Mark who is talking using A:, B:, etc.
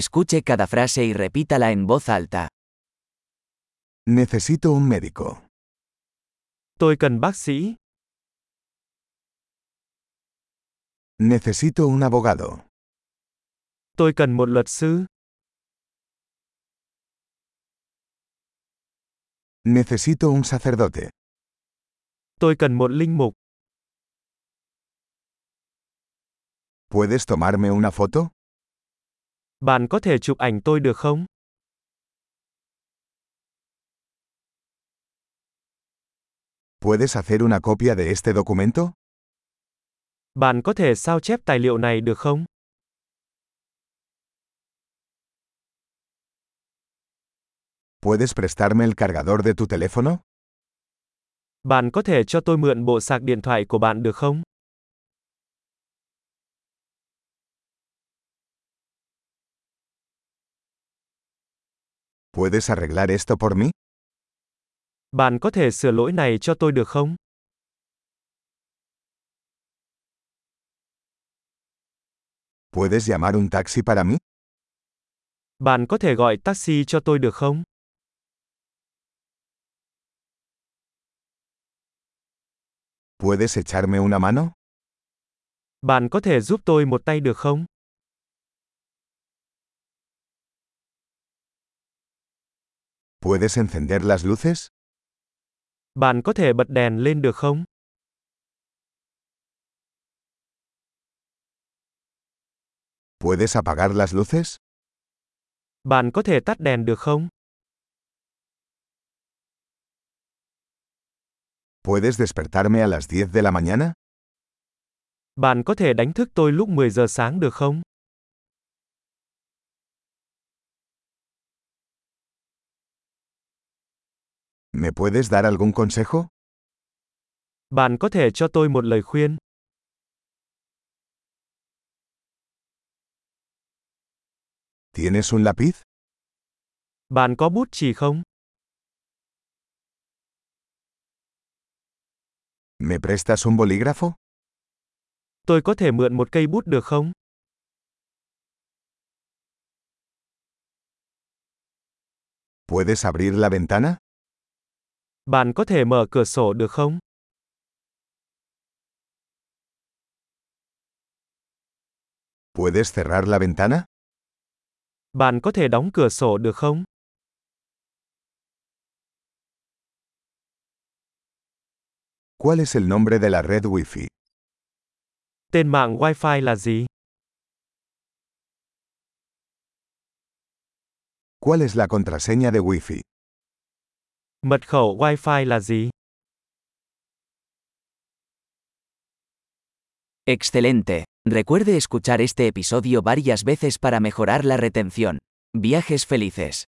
A: Escuche cada frase y repítala en voz alta.
B: Necesito un médico.
C: Tôi cần bác sĩ.
B: Necesito un abogado.
C: Tôi cần một luật sư.
B: Necesito un sacerdote.
C: Tôi cần một linh mục.
B: ¿Puedes tomarme una foto?
C: Bạn có thể chụp ảnh tôi được không?
B: ¿Puedes hacer una copia de este documento?
C: Bạn có thể sao chép tài liệu này được không?
B: ¿Puedes prestarme el cargador de tu teléfono?
C: Bạn có thể cho tôi mượn bộ sạc điện thoại của bạn được không?
B: ¿Puedes arreglar esto por mí?
C: Bạn có thể sửa lỗi này cho tôi được không?
B: ¿Puedes llamar un taxi para mí?
C: Bạn có thể gọi taxi cho tôi được không?
B: ¿Puedes echarme una mano?
C: Bạn có thể giúp tôi một tay được không?
B: ¿Puedes encender las luces?
C: Bạn có thể bật đèn lên được không?
B: ¿Puedes apagar las luces?
C: Bạn có thể tắt đèn được không?
B: ¿Puedes despertarme a las 10 de la mañana?
C: Bạn có thể đánh thức tôi lúc 10 giờ sáng được không?
B: ¿Me puedes dar algún consejo?
C: Bạn có thể cho tôi một lời khuyên.
B: ¿Tienes un lápiz?
C: Bạn có bút chì không?
B: ¿Me prestas un bolígrafo?
C: Tôi có thể mượn một cây bút được không?
B: ¿Puedes abrir la ventana?
C: Bạn có thể mở cửa sổ được không?
B: ¿Puedes cerrar la ventana?
C: Bạn có thể đóng cửa sổ được không?
B: ¿Cuál es el nombre de la red Wi-Fi?
C: Tên mạng Wi-Fi là gì?
B: ¿Cuál es la contraseña de Wi-Fi?
C: Mật khẩu Wi-Fi là gì?
A: Excelente. Recuerde escuchar este episodio varias veces para mejorar la retención. Viajes felices.